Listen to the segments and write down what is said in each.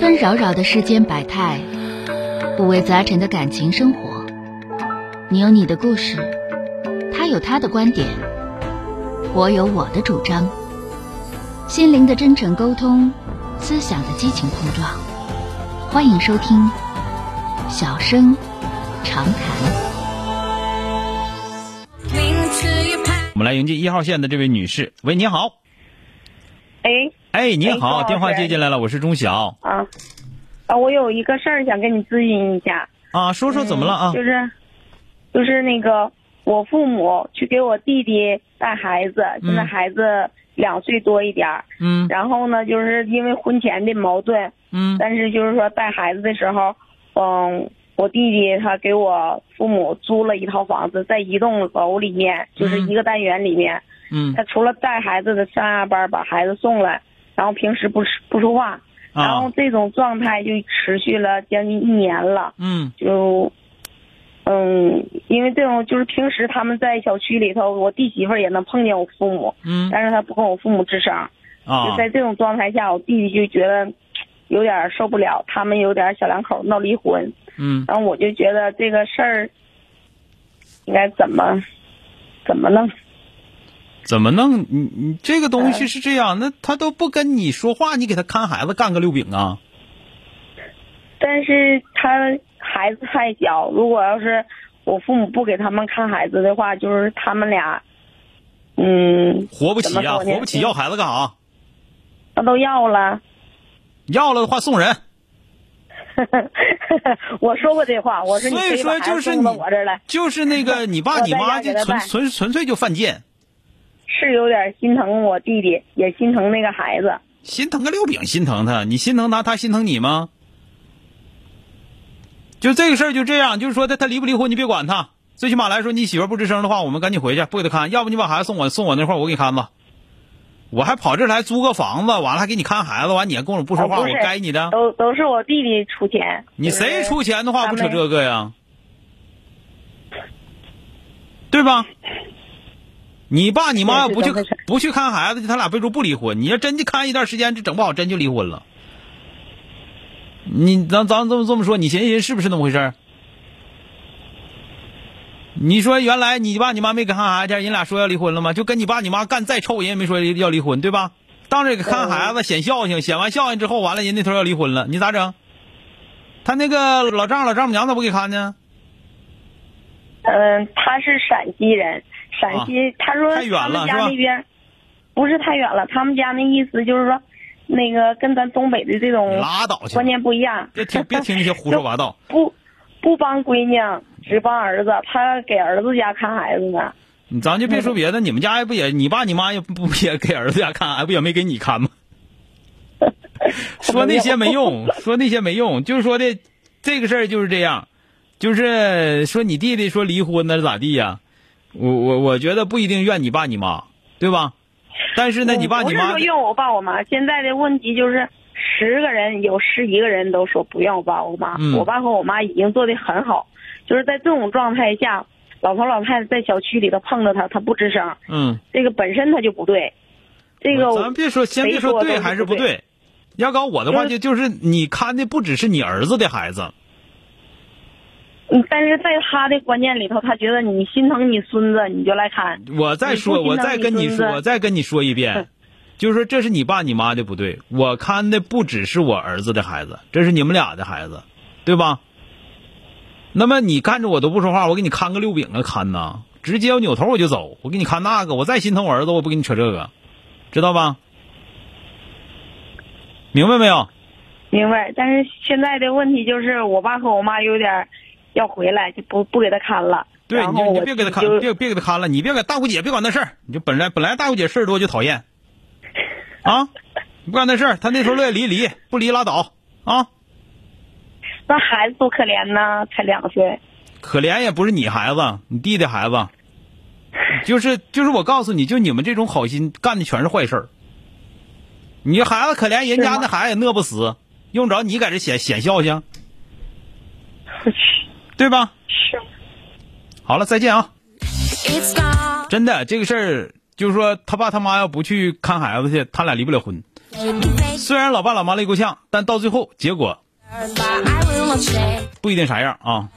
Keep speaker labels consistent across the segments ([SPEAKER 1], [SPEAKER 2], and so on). [SPEAKER 1] 纷扰扰的世间百态，五味杂陈的感情生活。你有你的故事，他有他的观点，我有我的主张。心灵的真诚沟通，思想的激情碰撞。欢迎收听《小声长谈》。
[SPEAKER 2] 我们来迎接一号线的这位女士，喂，你好，
[SPEAKER 3] 哎，
[SPEAKER 2] 哎，你好，
[SPEAKER 3] 哎
[SPEAKER 2] 电话接进来了，我是钟晓
[SPEAKER 3] 啊，啊，我有一个事儿想跟你咨询一下，嗯
[SPEAKER 2] 啊，说说怎么了啊？
[SPEAKER 3] 就是，就是那个我父母去给我弟弟带孩子，现在
[SPEAKER 2] 嗯
[SPEAKER 3] 孩子两岁多一点儿，
[SPEAKER 2] 嗯
[SPEAKER 3] 然后呢，就是因为婚前的矛盾，
[SPEAKER 2] 嗯
[SPEAKER 3] 但是就是说带孩子的时候，嗯，我弟弟他给我父母租了一套房子，在一栋楼里面，就是一个单元里面，
[SPEAKER 2] 嗯
[SPEAKER 3] 他除了带孩子的上下班把孩子送来，然后平时不是不说话。然后
[SPEAKER 2] 啊
[SPEAKER 3] 这种状态就持续了将近一年了，
[SPEAKER 2] 嗯
[SPEAKER 3] 就，嗯，因为这种就是平时他们在小区里头，我弟媳妇儿也能碰见我父母，
[SPEAKER 2] 嗯
[SPEAKER 3] 但是他不跟我父母吱声儿，就
[SPEAKER 2] 啊
[SPEAKER 3] 在这种状态下，我弟弟就觉得有点儿受不了，他们有点儿小两口闹离婚，
[SPEAKER 2] 嗯
[SPEAKER 3] 然后我就觉得这个事儿应该怎么怎么弄，
[SPEAKER 2] 怎么弄？你你这个东
[SPEAKER 3] 嗯
[SPEAKER 2] 西是这样，那他都不跟你说话，你给他看孩子干个六饼啊？
[SPEAKER 3] 但是他孩子太小，如果要是我父母不给他们看孩子的话，就是他们俩，嗯，
[SPEAKER 2] 活不起
[SPEAKER 3] 怎么
[SPEAKER 2] 啊，
[SPEAKER 3] 说呢
[SPEAKER 2] 活不起要孩子干啥？
[SPEAKER 3] 那都要了。
[SPEAKER 2] 要了的话送人。
[SPEAKER 3] 我说过这话，我说你
[SPEAKER 2] 所
[SPEAKER 3] 可
[SPEAKER 2] 以
[SPEAKER 3] 以把
[SPEAKER 2] 说
[SPEAKER 3] 孩
[SPEAKER 2] 就
[SPEAKER 3] 子
[SPEAKER 2] 是
[SPEAKER 3] 送
[SPEAKER 2] 你
[SPEAKER 3] 到我这儿来，
[SPEAKER 2] 就是那个你爸
[SPEAKER 3] 嗯我
[SPEAKER 2] 你
[SPEAKER 3] 在
[SPEAKER 2] 妈就
[SPEAKER 3] 家给他
[SPEAKER 2] 纯
[SPEAKER 3] 带
[SPEAKER 2] 纯纯粹就犯贱，
[SPEAKER 3] 是有点心疼我弟弟，也心疼那个孩子。
[SPEAKER 2] 心疼个六饼，心疼他，你心疼他，他心疼你吗？就这个事儿就这样，就是说他他离不离婚你别管他，最起码来说你媳妇儿不吱声的话，我们赶紧回去不给他看，要不你把孩子送我送我那块儿我给你看吧，我还跑这儿来租个房子，完了还给你看孩子，完你还跟我不说话，
[SPEAKER 3] 啊
[SPEAKER 2] 我
[SPEAKER 3] 不是
[SPEAKER 2] 该你的，
[SPEAKER 3] 都都是我弟弟出钱，嗯
[SPEAKER 2] 你
[SPEAKER 3] 就是
[SPEAKER 2] 谁出钱的话
[SPEAKER 3] 咱
[SPEAKER 2] 不
[SPEAKER 3] 们
[SPEAKER 2] 扯这个呀？对吧？你爸你妈要
[SPEAKER 3] 对
[SPEAKER 2] 不去
[SPEAKER 3] 是这么回事
[SPEAKER 2] 不去看孩子，他俩备注不离婚。你要真去看一段时间，这整不好真就离婚了。你咱咱这么这么说，你寻思寻思是不是那么回事儿？你说原来你爸你妈没给看孩子，人俩说要离婚了吗？就跟你爸你妈干再臭，人也没说要离婚，对吧？当着给看孩
[SPEAKER 3] 嗯
[SPEAKER 2] 子显孝敬，显完孝敬之后，完了人那头要离婚了，你咋整？他那个老丈人老丈母娘咋不给看呢？
[SPEAKER 3] 嗯，他是陕西人，陕西、他说
[SPEAKER 2] 啊太远
[SPEAKER 3] 他
[SPEAKER 2] 了
[SPEAKER 3] 们
[SPEAKER 2] 是
[SPEAKER 3] 家
[SPEAKER 2] 吧
[SPEAKER 3] 那边不是太远了，他们家那意思就是说，那个跟咱东北的这
[SPEAKER 2] 你
[SPEAKER 3] 种
[SPEAKER 2] 拉倒去吧
[SPEAKER 3] 观！念不一样，
[SPEAKER 2] 别 听别听那些胡说八道。
[SPEAKER 3] 不不帮闺女，啊只帮儿子，他给儿子家看孩子呢。
[SPEAKER 2] 你咱就别说别的，你们家也不也，你爸你妈也不不也给儿子家看，还不也没给你 看吗？说那些没用，说那些没用，就是说的这个事儿就是这样，就是说你弟弟说离婚那是咋地呀、我我我觉得不一定怨你爸你妈，对吧？但是呢，你爸
[SPEAKER 3] 我
[SPEAKER 2] 你
[SPEAKER 3] 不是
[SPEAKER 2] 妈
[SPEAKER 3] 说用我爸我妈，现在的问题就是十个人有十一个人都说不让我爸我妈，
[SPEAKER 2] 嗯
[SPEAKER 3] 我爸和我妈已经做的很好，就是在这种状态下，老头老太太在小区里头碰着他，他不吱声，
[SPEAKER 2] 嗯，
[SPEAKER 3] 这个本身他就不对，这个
[SPEAKER 2] 咱别说，先别说对还是不对，要搞我的话就就是你看的不只是你儿子的孩子，
[SPEAKER 3] 嗯但是在他的观念里头，他觉得你心疼你孙子，你就来看。
[SPEAKER 2] 我再说，
[SPEAKER 3] 你不
[SPEAKER 2] 我
[SPEAKER 3] 心疼
[SPEAKER 2] 再跟你
[SPEAKER 3] 你
[SPEAKER 2] 说，
[SPEAKER 3] 孙子
[SPEAKER 2] 我再跟你说一遍
[SPEAKER 3] 嗯，
[SPEAKER 2] 就是说这是你爸你妈的不对，我看的不只是我儿子的孩子，这是你们俩的孩子，对吧？那么你看着我都不说话，我给你看个六饼啊，看呐，直接我扭头我就走，我给你看那个，我再心疼我儿子，我不跟你扯这个，知道吧？明白没有？
[SPEAKER 3] 明白，但是现在的问题就是，我爸和我妈有点儿要回来，就不不给他看了。
[SPEAKER 2] 对，
[SPEAKER 3] 然
[SPEAKER 2] 你
[SPEAKER 3] 后
[SPEAKER 2] 就你
[SPEAKER 3] 我
[SPEAKER 2] 就别给他看，
[SPEAKER 3] 就
[SPEAKER 2] 别别给他看了，你别给大姑姐别管那事儿，你就本来本来大姑姐事儿多就讨厌，啊，你不管那事儿，他那头乐意离离，不离拉倒啊，
[SPEAKER 3] 那孩子多可怜呐，才两岁。
[SPEAKER 2] 可怜也不是你孩子，你弟的孩子，就是就是我告诉你，就你们这种好心干的全是坏事儿，你孩子可怜，人
[SPEAKER 3] 是
[SPEAKER 2] 家
[SPEAKER 3] 吗
[SPEAKER 2] 那孩子也饿不死，用不着你在这显显孝去，对吧？
[SPEAKER 3] 是。
[SPEAKER 2] 好了，再见啊。
[SPEAKER 4] It's gone.
[SPEAKER 2] 真的，这个事儿就是说，他爸他妈要不去看孩子去，他俩离不了婚。虽然老爸老妈类够呛，但到最后结果不一定啥样啊。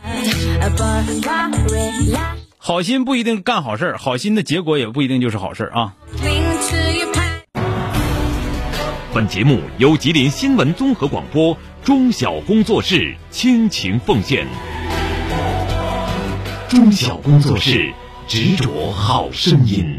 [SPEAKER 2] 好心不一定干好事儿，好心的结果也不一定就是好事儿啊。
[SPEAKER 4] 本节目由吉林新闻综合广播中小工作室倾情奉献。中小工作室执着好声音。